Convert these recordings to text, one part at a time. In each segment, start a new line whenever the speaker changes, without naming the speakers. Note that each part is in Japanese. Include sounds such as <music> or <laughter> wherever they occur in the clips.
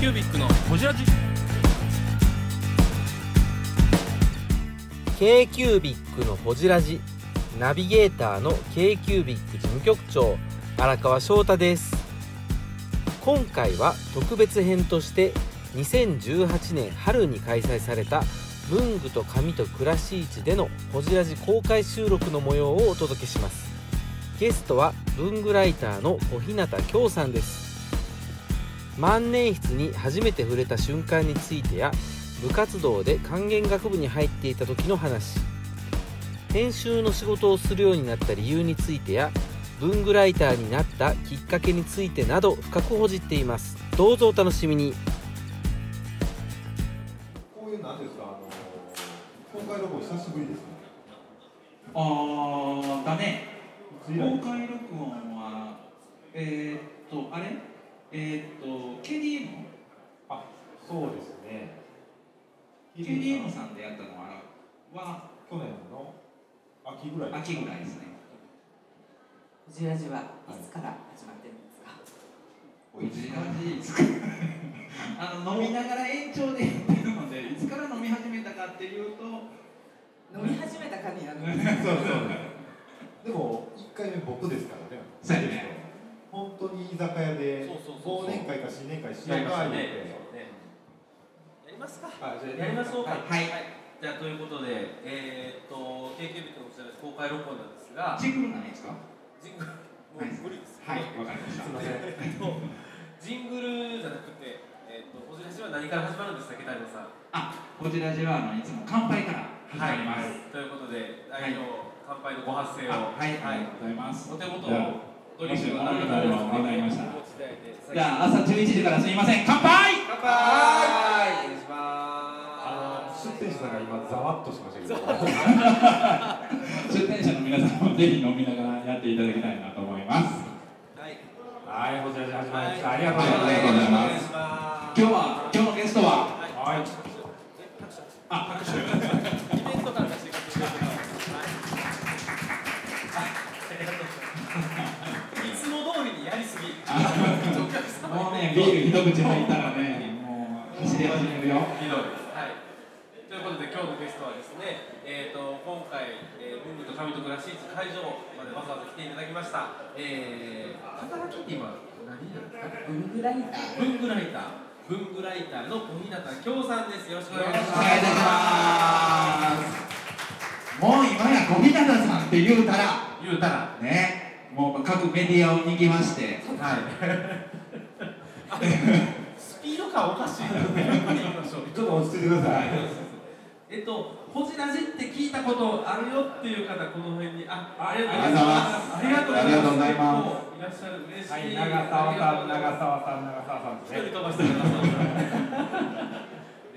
キュービックのホジラジ
k c キュービッのほじラジ。ナビゲーターの k c キュービッ事務局長荒川翔太です。今回は特別編として2018年春に開催された文具と紙と暮らし市でのほじラジ公開収録の模様をお届けします。ゲストは文具ライターの小日向京さんです。万年筆に初めて触れた瞬間についてや部活動で管弦学部に入っていた時の話編集の仕事をするようになった理由についてや文具ライターになったきっかけについてなど深くほじっていますどうぞお楽しみに
こういうなんていうんですか、あの公開録音久しぶりですね。
あーだね
以来
公開録音はえー、っとあれえー、っと KDM
あ、そうですね。
KDM さんでやったのはは
去年の秋ぐらいですか
秋ぐらいですね
こじらじはいつから始まってるんですか。
これ時間
あの飲みながら延長でやってるのでいつから飲み始めたかっていうと
飲み始めたかにやる。
そうそうです。でも一回目僕ですからね。
そうやね
本当に居酒屋で
そうそうそう
忘年会か新年会しようか言って。
やりますか
あじゃあ
やりましょうか
はい
じゃあということでえー、っと k q b のホジラジ公開録音なんですが
ジングルないですか
ジングルもう無理です
はいわかりました
すみません。
えっとジングルじゃなくてえー、っとホジラジは何から始まるんでしたっけ太郎さん
あこちらじはあのいつも乾杯から始まります、
ということで
い
代表乾杯のご発声を
あはい、ありがとうございます
お手元
じゃあ
をドリンクを
もしあるならばお願いしました
た
じゃあ朝11時からすみません乾杯
乾杯お願いしま
あの
す
出店者さんが今ざわっとしましたけど。
出店者の皆さんもぜひ飲みながらやっていただきたいなと思います
はい
はい、こちらで始まりました。
は
あ
い
りがとうござい
ありがとうございます
ます
今日は今日のゲストは
はい
はい
拍手え拍手
あ拍手
イベント感出してくれてるからはいあありがとうございますいつも通りにやりすぎお客様
もうねビール一口入ったらねもう走り始めるよ
ひどいです。はい。ということで今日のゲストはですね、えー、と今回、えー、文具と紙と暮らし市会場までわざわざ来ていただきました。えー、働きって今何やった
どのぐらい。
文具ライター、文具ライターの小日向京さんです。よろしくお願いしま
お
す。
願いいたしますもう今や小日向さんって言うたら
言うたら、
ねもう各メディアを賑わして
はい。 <laughs> スピード感おかしいな。 <laughs> 言いましょう。
ちょっと落ち着いてください。
えっと、ホジラジって聞いたことあるよっていう方、この辺に、あ、ありがとうございます。す。いらっしゃる、嬉しい。
はい、長澤さん、長
澤。
澤さん、長澤さん <laughs>
一
です
人
ね。
飛ばしてくださ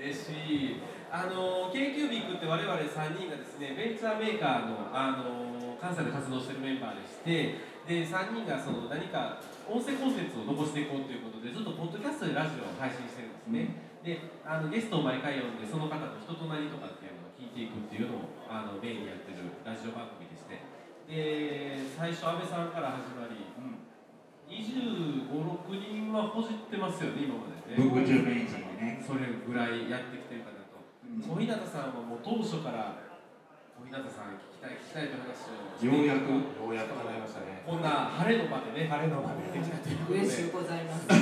い。嬉しい。あの、K キュービックって我々三人がですね、ベンチャーメーカーの、あの、関西で活動してるメンバーでして。で、三人がその、何か音声コンテンツを残していこうということで、ずっとポッドキャストでラジオを配信してるんですね。であのゲストを毎回呼んでその方の人となりとかっていうのを聞いていくっていうのをあのメインにやってるラジオ番組でしてで最初安倍さんから始まり、2 5 6人はほじってますよね今までね
文具中メインもね
それぐらいやってきてるかなと小日向さんはもう当初から小日向さん聞きたい聞きたいという話をして
よ
よう
うやく
やく叶いましたね。
こんな晴れの場でね
晴れの場で
できたということで
嬉
嬉しい
しゅうございます。
で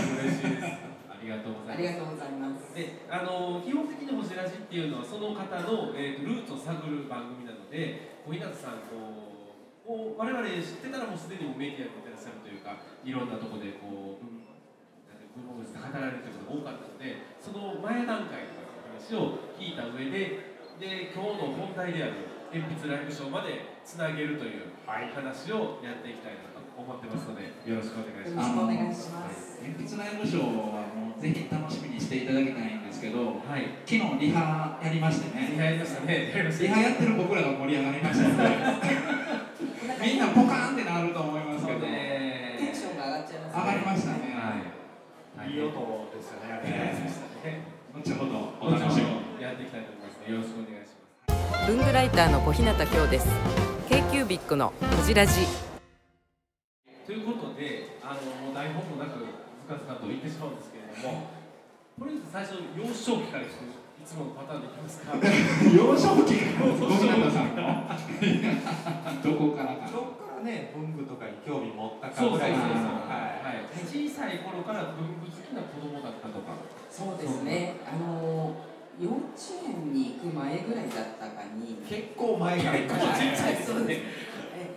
すありがとうござい
あり
ます
がとう
であの
ございます。
基本的に「星ラジ」っていうのはその方の、えーとルーツを探る番組なので小日向さんこうこう我々知ってたらもうすでにもうメディアに出てらっしゃるというかいろんなとこでこう文なんて文房具で語られるということが多かったのでその前段階とかの話を聞いた上でで今日の本題である鉛筆ライブショーまでつなげるという
はい。
話をやっていきたいなと思ってますのでよろしくお願いし
よ
ま
ろ
す。
しくお願
鉛
いします。
筆ライブショーはもうぜひ楽しみにしていただきたいんですけど
はい、
昨日リハやりまして
リ
ね
ハやりましたね。やりました
リハやってる僕らが盛り上がりましたの
<laughs>
でみんなポカーンってなると思いますけど上
ね
テンションが上がっちゃいます、
がりましたね、
はい。
いい音ですよね。
後ほど
お
お楽
楽
し
し
み
み
に
にやっていきたいと思いますので。よろしくお願いします。
文具ライターの小日向京です k q キュービックのこじらじ
ということで、あのもう台本もなくずかずかと言ってしまうんですけれども、とりあえず最初幼少期からいくいつものパターンでいきますか
幼少期からごめんなさい
<laughs>
どこからか
そっからね文具とかに興味持った
そうそうそうそう、
はい
はい小さい頃から文具好きな子供だったとか
そうですねあの幼稚園に行く前ぐらいだったかに
結構前から
結構小さいですね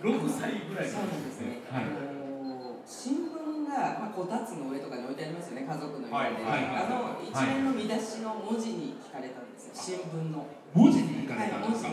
え
6歳ぐらい
そうなんですね、
はい
あの新聞が、まあ、こたつの上とかに置いてありますよね家族の
はい
家で、
はい
はい
あの一
はい
面の見出しの文字に聞かれたんですよ新聞の、
文字に行か
は
れ
い
たん
文
です
字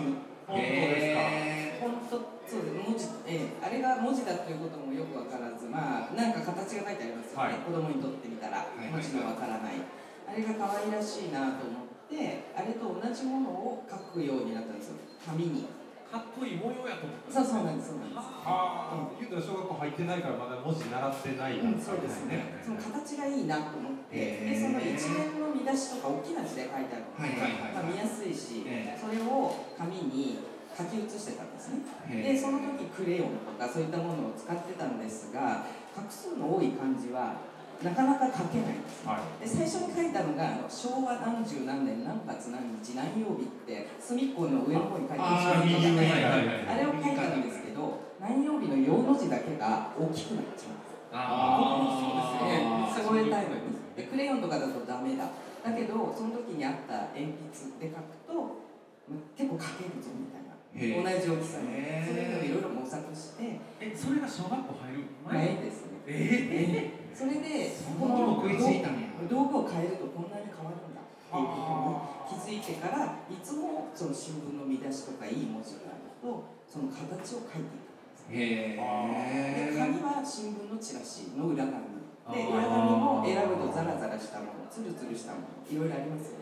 か
に
本当ですか
へ
本当そうです文字ええあれが文字だということもよくわからずまあなんか形が書いてありますよ
はい
ね、子供にとってみたら
いはいはい
文字がわからない、あれが可愛らしいなと思ってあれと同じものを書くようになったんですよ紙に
かっこいい模様やと思った
そうそうなんですそうなんです
ああ言うたら小学校入ってないからまだ文字習ってない
うん、そうですね。その形がいいなと思って、
へー
でその一連の見出しとか大きな字で書いてあるので、
はいはいはいはい
まあ、見やすいし、
え
それを紙に書き写してたんですね。
ー
でその時クレヨンとかそういったものを使ってたんですが、画数の多い漢字はなかなか書けないんです。
はい
で最初に書いたのがあの昭和何十何年何月何日何曜日って隅っこの上の方に書いて
あー
る
右上
はい
は
はいい
はい
あれを書いたんですけど何曜日の用の字だけが大きくなっちゃうんです
あ
あー
あ
すごいタイムでクレヨンとかだとダメだだけどその時にあった鉛筆で書くとま結構書けるぞみたいな
へー
同じ大きさで
へー
そういうのをいろいろ模索して
えそれが小学校入る前
前ですね
え
それで
そん
こ
なの
の
食いついたんや
道具を変えるとこんなに変わるんだっていうことに気づいてからいつもその新聞の見出しとかいい文字があるとその形を書いていく
へえ
で紙は新聞のチラシの裏紙で
あー
裏紙も選ぶとザラザラしたものツルツルしたものいろいろありますよ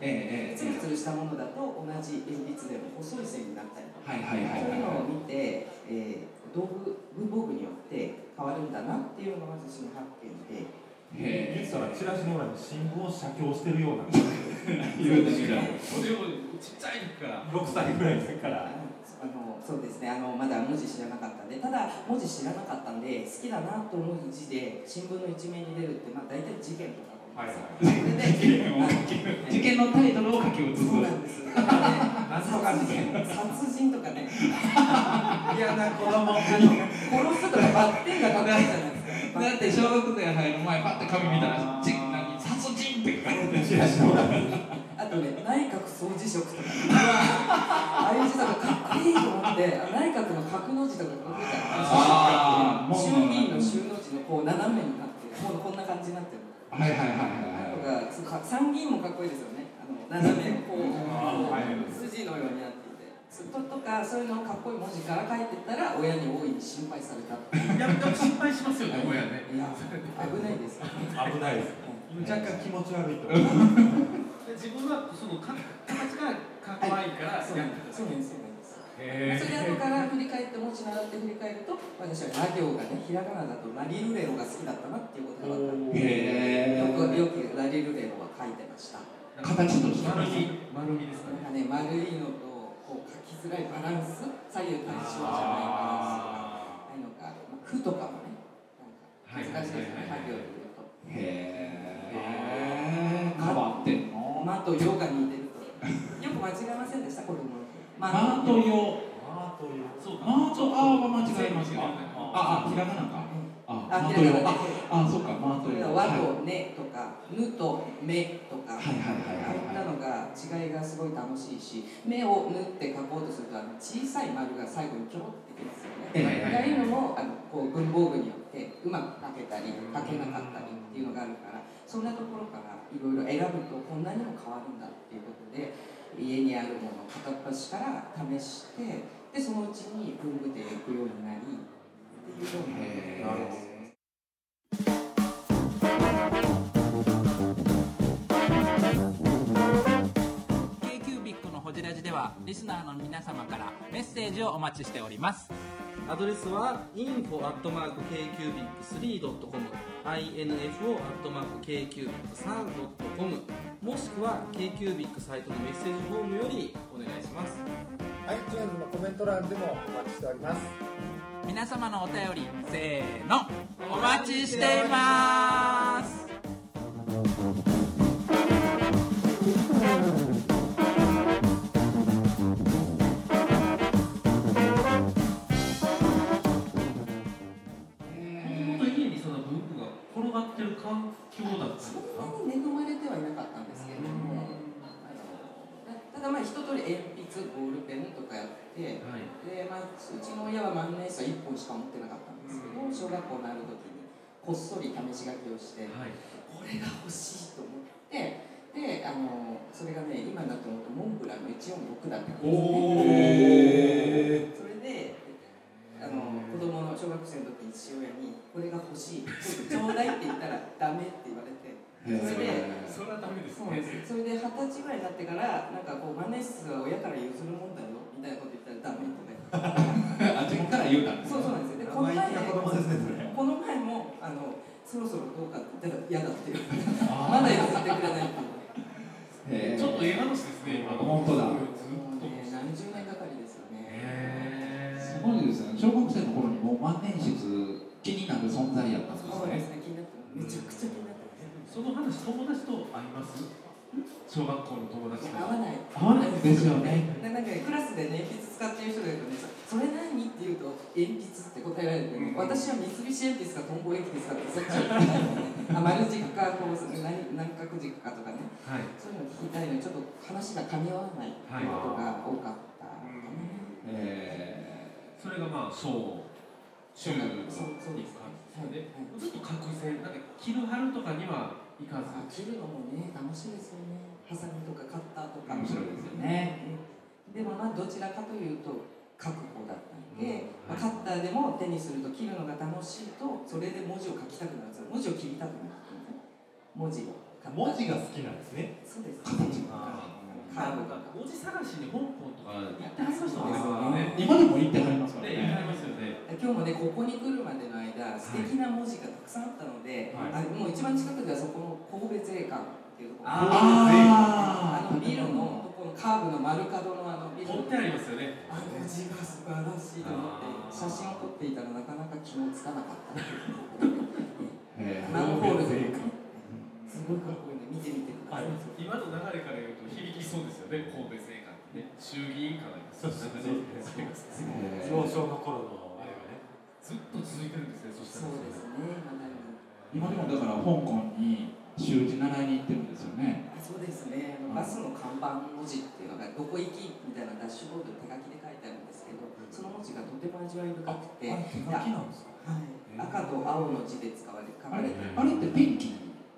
えーえ
ねツ
ー
ルツルしたものだと同じ鉛筆でも細い線になったりとか
はいはいはい
そう
はいいう
のを
は
見て、えー、道具文房具によって変わるんだなっていうのが私の発見で
いへ
言っ
え
たらチラシの裏に新聞を写経してるような
言うてみたら
それをちっちゃい時から
6歳ぐらいですから
あのそうですねあのまだ文字知らなかったんでただ文字知らなかったんで好きだなと思う字で新聞の一面に出るって、まあ、大体事件とか
はい <laughs> はい
それで
事件を
あの
受験のタイトルを書き写す
そうな
<laughs>
んです。殺人、殺人とかね。
嫌な子供
あの殺すとかバッテンがかかるじゃないですか。
だって小学生入る前パッて紙見たら
あー
ち何殺人って書いてある
チラシの裏に
あとね、内閣総辞職とか、 <laughs> ああいう字とかかっこいいと思って、あ内閣の格の字とかかっこいいから
あーもう
衆議院の衆の字のこう斜めになってる、こうこんな感じになってる。
はいはいはいはい
と
はい
かそうか参議院もかっこいいですよね。あの斜めにこう
あーはい
こう筋のようになっていて、そととかそういうのをかっこいい文字から書いてったら親に大いに心配されたっていう。
やめたら心配しますよね親ね
いや、危ないです。
危ないです若干気持ち悪いと思う
で自分はそのか形がかっこいいからやって
そうなんです。
た
そうなんです。それで後から振り返って、もし習って振り返ると、私はラ行がね、ひらがなだとラリルレロが好きだったなっていうことが分かっ
へ
た。僕
え
はよくラリルレロは書いてました。こ
形として
丸み丸みですかね
れがね、丸いのと、こう書きづらいバランス、左右対称じゃないバランスとか。ああいうのが、まあ、句とかもね、なんか難しいですね、
はいはいはいはい
作業で言うと。
へえ変わってんの
間とヨが似てると。よく間違えませんでした、子供の頃。
マ
間
ート用
あーという
そうか
マートアーは間違えますよああひらがなかあマート用ああそうかマー
そ
ト
れ
用
は和とねとか、ぬと目とか、
はいはいはいはい
あんなのが違いがすごい楽しいし、目を縫って描こうとするとあの小さい丸が最後にキョロってきますよね。
はい
ああいうのもあのこう文房具によってうまく描けたり描けなかったりっていうのがあるから、そんなところからいろいろ選ぶとこんなにも変わるんだっていうことで、家にあるもの片っ端から試して、でそのうちに文具店へ行くようになりっていう
へ
ような。
なるほ
え
アドレスは info.kcubic3.com info.kcubic3.com もしくは KQBIC サイトのメッセージフォームよりお願いします
iTunes のコメント欄でもお待ちしております
皆様のお便りせーのお待ちしています
ってる環境だったんです
そ
か
んなに恵まれてはいなかったんですけれども、あのたただまあ一通り鉛筆ボールペンとかやって
はい
で、まあ、うちの親は万年筆は1本しか持ってなかったんですけど、小学校になる時にこっそり試し書きをして、
はい
これが欲しいと思ってであのそれがね今だと思うとモンブランの146だったんですねそれであの子供の小学生の時に父親に「これが欲しい」「ちょうだい」って言ったら「ダメ」って言われてそれで
それはダメです
そうなんですよそれで二十歳ぐらいになってからなんかこうマネ室は親から譲るもんだよみたいなこと言ったらダメとか言
あ自分
って
から言うたんです
そうそうなんですよでこの前
生意気な子供ですねそれ
この前もあのそろそろどうかって言ったら嫌だっていうまだ譲ってくれないってい
へー
う
ちょっと絵話ですね今の
本当だ
ずっ
も
と
うね何十年がかりですよ
へ
ね
ー
すごいですね小学生の頃にもう万年筆気になる存在やったんです
そうで
ね
すね気になってますめちゃくちゃ気になってます
その話友達と会います小学校の友達
い
と
や合わな
合わな
い
いですよね
ななんかねクラスでね鉛筆使ってる人がいるとねそそれ何って言うと鉛筆って答えられて、
うん
私は三菱鉛筆かトンボ鉛筆かってそっちを <laughs> 聞いてあ丸軸かこう何何角軸かとかね
はい
そういうの聞きたいのにちょっと話が噛み合わないこ
は
と
い
が多かったかな、
え
それがまあ小中
そう
の
なんですそうそう
一
です
貫です
は
よね
いはい
ずっと角線なんか切る貼るとかにはいか
あ
ず
切るのもね楽しいですよねハサミとかカッターと
ー
か
面白いですよね
でもまあどちらかというと覚悟だったの
う
で、
んはい
まあカッターでも手にすると切るのが楽しいとそれで文字を書きたくなるんですよ文字を切りたくなるっていうね文字をカッタ
文字
ーで
が好きなんですね。
そうです
あ
カーブが
文字探しに香港とか行ってはりましたもんね
そうですね
今でも言ってはりますか
ね
ら
行ってはり
ね
ますよね
今日もねここに来るまでの間素敵な文字がたくさんあったので、
はい
あもう一番近くではそこの神戸税関っていうところ
あ
あのビルのとこのカーブの丸角のあのビル
取ってありますよね
あの字が素晴らしいと思って写真を撮っていたらなかなか気もつかなかったっていうこと
え
でマンホールですごいかっこいいんで見てみてく
あ
ださい
ります今の流れから言うと響きそうですよね神戸税関ってね衆議院かなんかそうですね <laughs>
ー
幼少の頃のあれはね。
ずっと続いてるんですねそした
そ
ら
うですね
今
まだ
でもだから香港に習字習いに行ってるんですよね
あそうですねあのバスの看板文字っていうのがどこ行きみたいなダッシュボードに手書きで書いてあるんですけどその文字がとても味わい深くて、はい、
手んですか。
赤と青の字で使われ書
あ
か
れ
れてる
あれってペンキ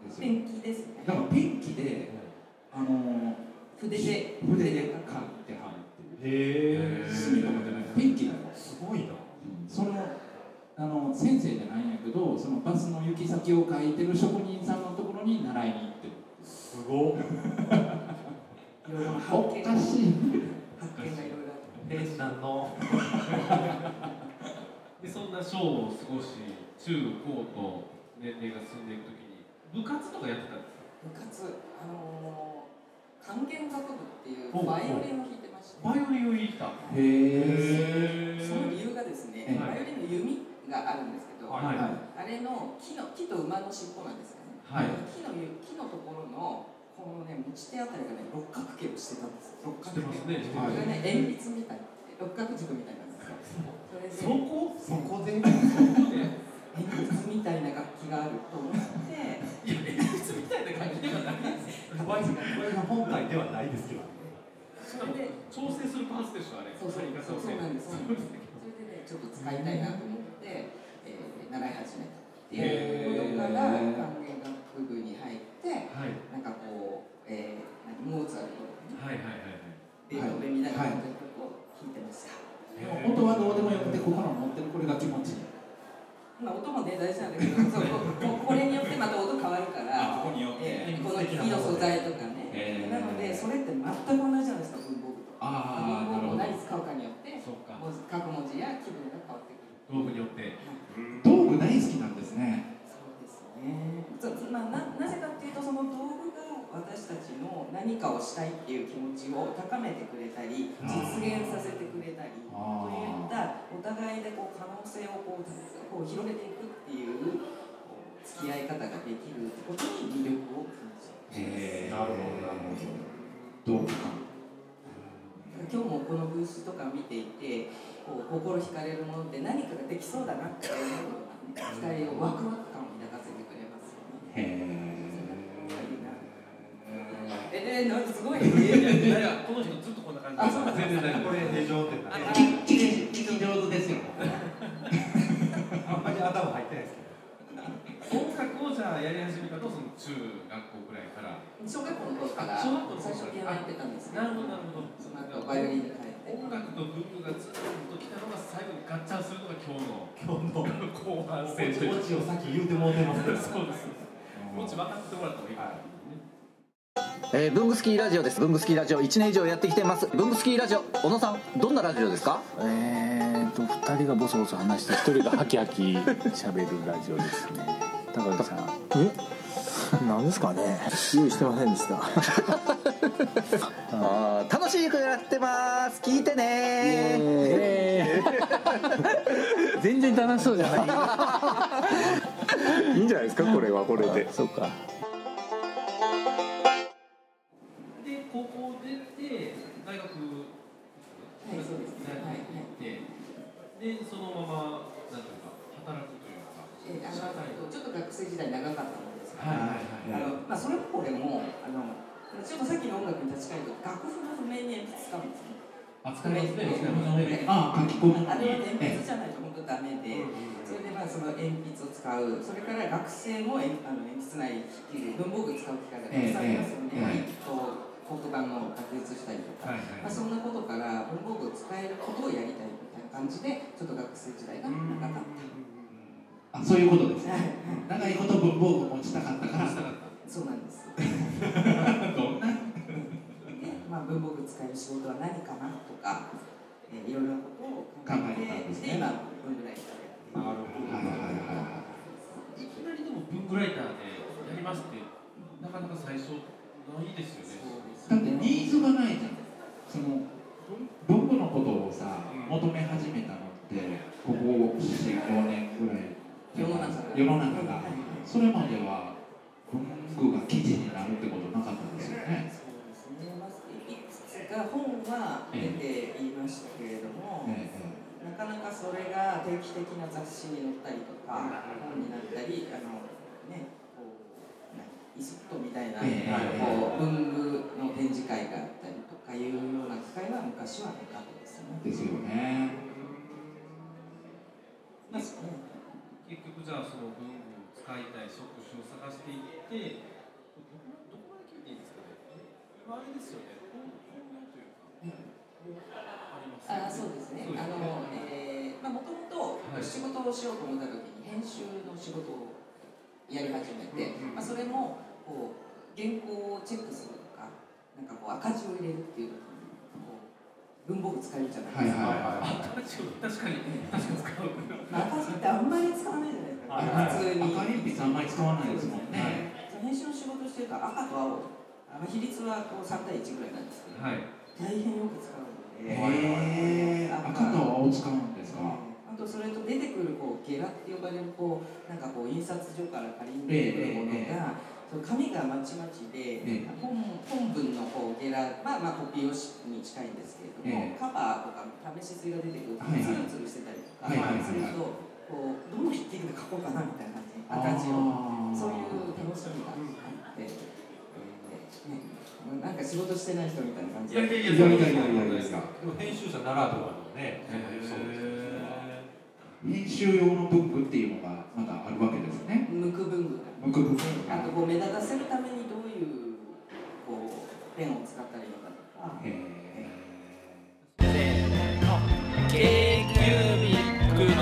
です
ペ
よ
ンキですね
だからペンキであのー
筆で
筆で書いて
書
は
く
るってい
へ
う
え。
墨とかじゃないペンキだよ
すごいな。
そのあの先生じゃないんやけどそのバスの行き先を書いてる職人さんのところに習いに行ってる
すごい。
いろいろな
お
発見
かしい
発見がいろいろあって
変なの。
でそんな小を過ごし中高と年齢が進んでいくときに部活とかやってたんですか
部活あのー、管弦楽部っていう
お
バイオリンを弾いてまして
バイオリンを弾いた
へ
へ
え
その理由がですね、
はい
バイオリンの弓があるんですけど、
はいはい
あれの木の木と馬の尻尾なんですよね。
はい
木のゆ木のところのこのね持ち手あたりがね六角形をしてたんです。六
し
角
てます
形。
ねして
こ
ます
れ
ね
ね鉛筆みたい六角軸みたいなんですよ。それで
そこ
そこで。
鉛筆みたいな楽器があると思って
<laughs> いや鉛筆みたいな感じではないです
これが本体ではないですけど。
しかも調整するパーツでしょあれ
そうそう
何か
そう
調整
そうなんですそうなんですそれでねちょっと使いたいなと思って、えー習い始めたっていうことから
へー
管弦楽部に入って
はい
なんかこう、えー、なんかモーツァルトとかね
はいはいはい
ベートーベンみたいな感じの曲を聴いてました。
はい
音はどうでもよくてここの持ってるこれが気持ちいい
まあ、音もね大事なんだけど <laughs> そうこここれによってまた音変わるから
あここによって
えーこの木の素材とかね、
へー
なのでそれって全く同じじゃないですか文房具と
ああなるほ
文房具を
ど
何使うかによって
そっか
文字書く文字や気分が変わってくる
道具によって
道具大好きなんですね
そうですねそうまあ、ななぜかっていうとその道具が私たちの何かをしたいっていう気持ちを高めてくれたり
あー
実現させてくれたりとい
あー
ったお互いでこう可能性をこうこう広げていくっていうこう付き合い方ができるってことに魅力を感じる
へえ
なるほどなる
ど道具か
今日もこのブースとか見ていてこう心惹かれるものって何かができそうだなっていうようなね期待をワクワク感を抱かせてくれますよね。
全然大丈
あそう
夫
こ
で
れ平常ってな
あ
きききき上手ですよ。
あんまり頭入ってないですけ
す音楽をじゃあやり始めたのはその中学校ぐらいから
小学校の頃か
あ
ら
小学校の頃
最初ピアノやってたんですけ
なる
ど
ほどなるほど
その後バイオリンに変えて
音楽と文具がずっと来たのが最後にガッチャンするのが今日の今日の <laughs> 後半戦と
ど
いう
オチをさっき言うてもうてますけど
そうですもうちょっと分かってもらった方がいいかな、
えー、ブングスキーラジオですブングスキーラジオ1年以上やってきてますブングスキーラジオ小野さんどんなラジオですかえーと2人がボソボソ話して1人がハキハキ喋るラジオですね高木さんえなんですかね用意してませんでしたあー楽しい曲やってます聞いてね全然楽しそうじゃないいいんじゃないですかこれはこれでそうか
で高校出て大学
はいそうですねはいはい
ででそのままなんていうか働くというか
えーあのちょっと学生時代長かったもんですから、
はいはい
あのまあ、それもこれもあのちょっとさっきの音楽に立ち返ると楽譜の譜面に鉛筆使うんですね
扱いますね扱い
ね
ますね
ああ書き込むの
あれ
に
は鉛筆じゃないと本当ダメで、それでまあその鉛筆を使うそれから学生も鉛あの鉛筆内っていう文房具使う機会がたくさんありますよ
え
ね、
えええ
えっと黒板を確立したりとか、
はい
まあ、そんなことから文房具を使えることをやりたいみたいな感じでちょっと学生時代が長かった。
あそういうことです
はい
ね。長いこと文房具持ちたかった
<laughs>
から。
そうなんです。で、まあ文房具使える仕事は何かなとか、えーいろいろなことを考えて、
考えてたんですね
で今文具ライターで。
なるほど
はいはいはい
きなりでも文具ライターでやりますってなかなか最初ないですよね
いだってニーズがないじゃん。
その文具のことをさ求め始めたのってここ45年ぐらい
世の中が
世の中がそれまでは文具が記事になるってことなかったですよね
そうですね。まずいくつか本は出ていましたけれども、
え
なかなかそれが定期的な雑誌に載ったりとか、本になったり、あのね、こうなんかイソットみたいな、
ええ
こう文具の展示会があったりとかいうような機会は昔はなかったですね。
えですよね
まあそうね
結局じゃあその文具を使いたい職種を探していってどこまで聞いていいんですかね今あれですよね本本業というかもうありますよね
あそうですね
そうですね
あの、えーまあもともと
はい
仕事をしようと思った時に編集の仕事をやり始めて、
うんうん
まあ、それもこう原稿をチェックするとかなんかこう赤字を入れるっていう時にこう文房具使えるじゃないです
あ
か、
確かに確かに使う
まあ、赤字ってあんまり使わないじゃないですか、普通に、
赤鉛筆あんまり使わないですもんね、
そう編集の仕事してるから赤と青あの比率はこう3対1ぐらいなんですけど、
はい
大変よく使うので、
へえ赤と青使うんですか
あとそれと出てくるこうゲラって呼ばれるこうなんかこう印刷所から借りに
え
出てくるものが、
ええ
その紙がまちまちで、
ええ
本本文のこうゲラは、まあ、コピー用紙に近いんですけれど
ええ
も、カバーとか試し刷りが出てくると
はい
ツ
はい
ルツルしてたりとか、
はいはいはい
するとこうどの筆記具で書こうかなみたいな
あ
感じ赤字を
ー
そういう楽しみがあって、ええねなんか仕事してない人みたいな感
い
じ
やいやいや
いやいやいやいやいやですか
どでも編集者ならではのねそうです
編集用の文具っていうのがまだあるわけですね
無垢文具が
無垢文具
あ
が
とこう目立たせるためにどういうこうペンを使ったらいいのかとか。
へ
k q b i c の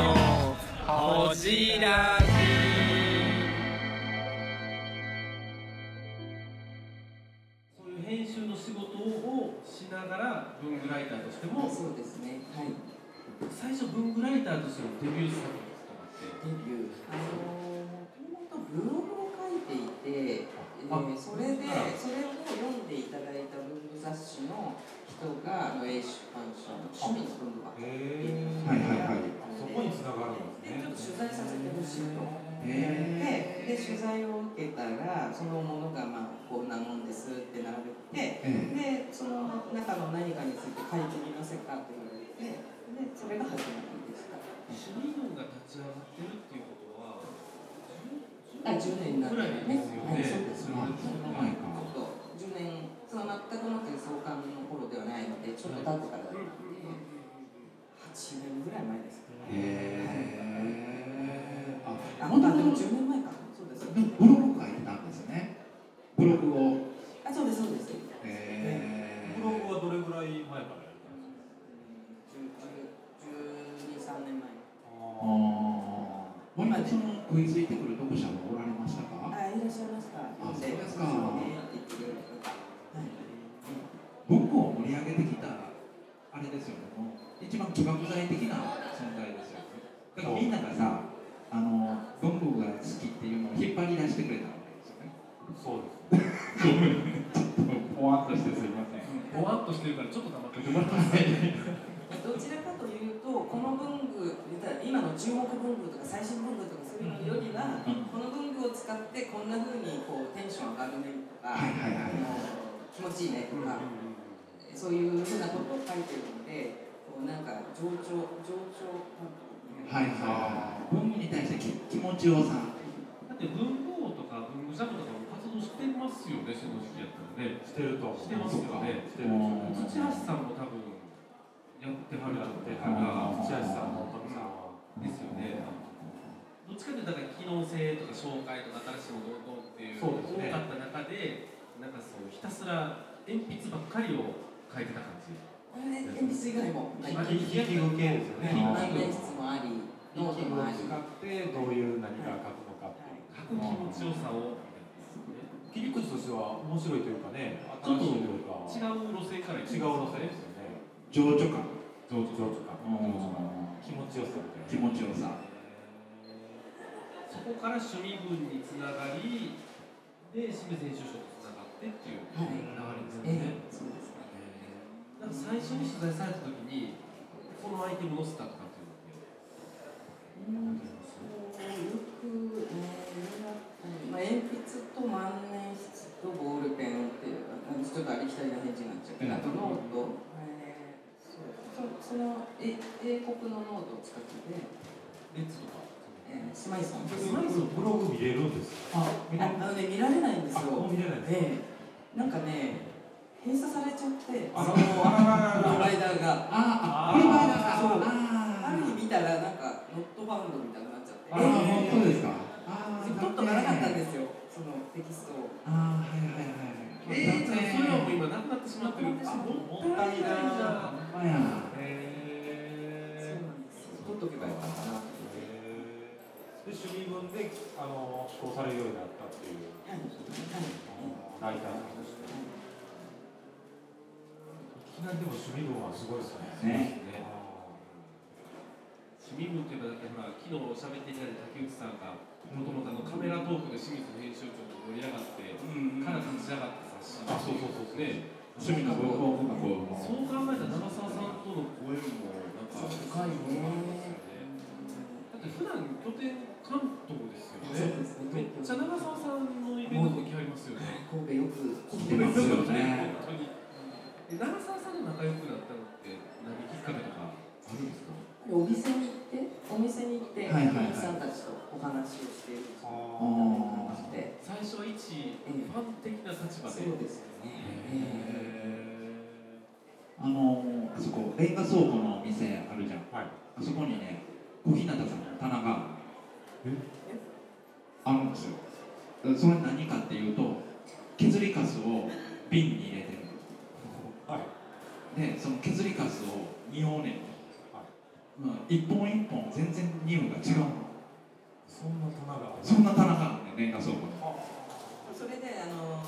ほじら
そういう編集の仕事をしながら文具ライターとしても
そうですね。はい。
最初文具ライターとしてのデビュー作とかって
デビュー。あのもともとブログを書いてい
あ
て、えーそれで
あ
それを読んでいただいた文具雑誌の人があの英出版社の趣味の文具版。
えはいはいはい
そこに繋がるんですね
でちょっと取材させてほしいと。
へ
でで取材を受けたらそのものがまあこんなもんですって並べて。
え
でその中の何かについて書いてみませんかって言われてでそれが始まりでしたあ
趣味論が立ち上がってるっていうことは
10年になっ
ぐ
て
らいで
るね
すよ
はい
ね
あ
そうです
そんな前か
ちょっと10年その全くの転送感の頃ではないのででちょっと経ってからだったんで、8年ぐらい前ですか
へーあ
ねあも
も
う
とも
でも
と
10年前かそうです
でもブログを書いてたんですねブログを
あそうですそうです
え
ブログはどれぐらい前からやったんですか
1213年前
ー、あー割とその食いついてくる読者もおられましたか
あいらっしゃいました
あそうですか
そうねって言ってくれる人がはい
文庫を盛り上げてきたあれですよねもう一番起爆剤的な存在ですよねだからみんながさあの文庫が好きっていうのを引っ張り出してくれたわけですよね
そうです
ごめんちょっとポワンとしてすいません
ぼわっとしてるからちょっと黙ってて
どちらかというとこの文具言ったら今の中国文具とか最新文具とかそういうのよりは、
うん
この文具を使ってこんな風にこうテンション上がるねとか、
はいはいはい
あの気持ちいいねとか、そういうふうなことを書いてるのでこうなんか情緒情緒感覚
はいはいはい文具に対してき気持ちよさ
だって文豪とか文具ジャムとかも活動してますよねその時期やったらね
してると
してますよね
してると思う
土橋さんも多分やってはるだろうから
土橋さんのお父さんは
ですよねどっちかというとだから機能性とか紹介とか新しいものどうこうっていう
そうですね
多かった中でなんかそうひたすら鉛筆ばっかりを書いてた感じ
これで鉛筆以外も
引
はい
き受けですよね
内面質もありノートもあり
使ってどういう何か書くのかっていう
書く気持ちよさを
切り口としては面白いというかね
ちょっ
新
と
しいというか
違う路線から行く
違う路線ですよね
情緒感
情緒感気持ちよさみたいな
気持ちよさ
そこから趣味文につながりで清水編集長とつながってっていう流
はい
れですよね、
ええそうですね
なんか最初に取材された時にこのアイテム載せたとかっていうのって
うんそうよく、えーまあ、鉛筆と万年筆とボールペンっていうあのちょっとありきたりな返事になっちゃうけどあとノート、えーそうそそのえ英国のノートを使ってて、
レッツとか
えースマイソンです
マイソン
ブログ見れるんですよ
ああのね見られないんです
あも
よ
う見れないんですか
ええなんかね閉鎖されちゃって
あ
その
あらららら
プロバイダーが
あーあこれはだから
そう
あ
あ
ー
る意味見たらなんかノットバウンドみたいになっちゃって
あー本当ですかあ
ず
ー
っとっとならなかったんですすよそのテキストを
あーはいはいはい
ええじゃあそれはもう
今
今なくなってしまってる
なくなってしまってる
もったいないな
ほんまや
そう
へ
なんですよ取っとけばよかったなって
で趣味文であの試行されるようになったっていう
はい
ライ
はい
ターとしていきなりでも趣味文はすごいですね
え
ね
ね趣味文といえばだってほら昨日おしゃべっていただいた竹内さんがもともとあのカメラトークで清水編集長と盛り上がってから立ち上がった冊子
あそうそうそうそう
ね
趣味の文庫音楽を
そう考えたら長澤さんとのご縁もなんか深いものがあるんですよねだって普段拠点関東ですよ
そう
ね
ですね
めっちゃ長澤さんのイベントとか来はりますよね
神戸よく来て
ま
ます
すよ
本
ね
当にえ長澤さんと仲良くなったのって何きっかけとかあるんですか
お店に行ってお店に行って
はいはいはい
お客さんたちとお話をしている
あー
あー
感じで
最初は一ファン的な立場で
そうですよねええ
あのーあそこレンガ倉庫のお店あるじゃん、
はい
あそこにね小日向さんの棚があるんですよだからそれ何かっていうと削りカスを瓶に入れてる
はい
でその削りカスを匂うねん、
は
まあ、一本一本全然匂いが違うの
そんな棚が
そんな棚があるねレンガ倉庫に
それであの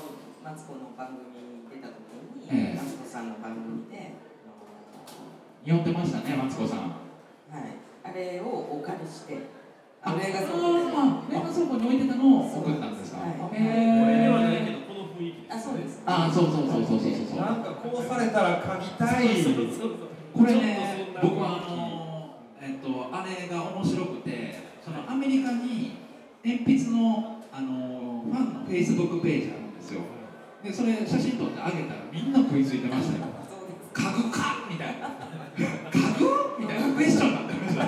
マツコの番組に出た時に、
ええ
マツコさんの番組で、
匂ってましたねマツコさん
あのはい、あれをお借りして、
あ
あれが
あ
そ
ーレンガ倉庫に置いてたのを送ったんですか
はい
へ
こ
ー
れではないけどこの雰囲気
あ、そうです。
あーそうそうそうそうそうそう
なんかこうされたら嗅ぎたい
そうそうそうそう
これ
ちょっ
ね
とそんな雰囲気
僕はあのえっとあれが面白くてそのアメリカに鉛筆のあのファンのフェイスブックページあるんですよでそれ写真撮ってあげたらみんな食いついてま
<laughs>
したよ
そうです
「家具か!」みたいな「家具?」みたいなクエスチョンになってました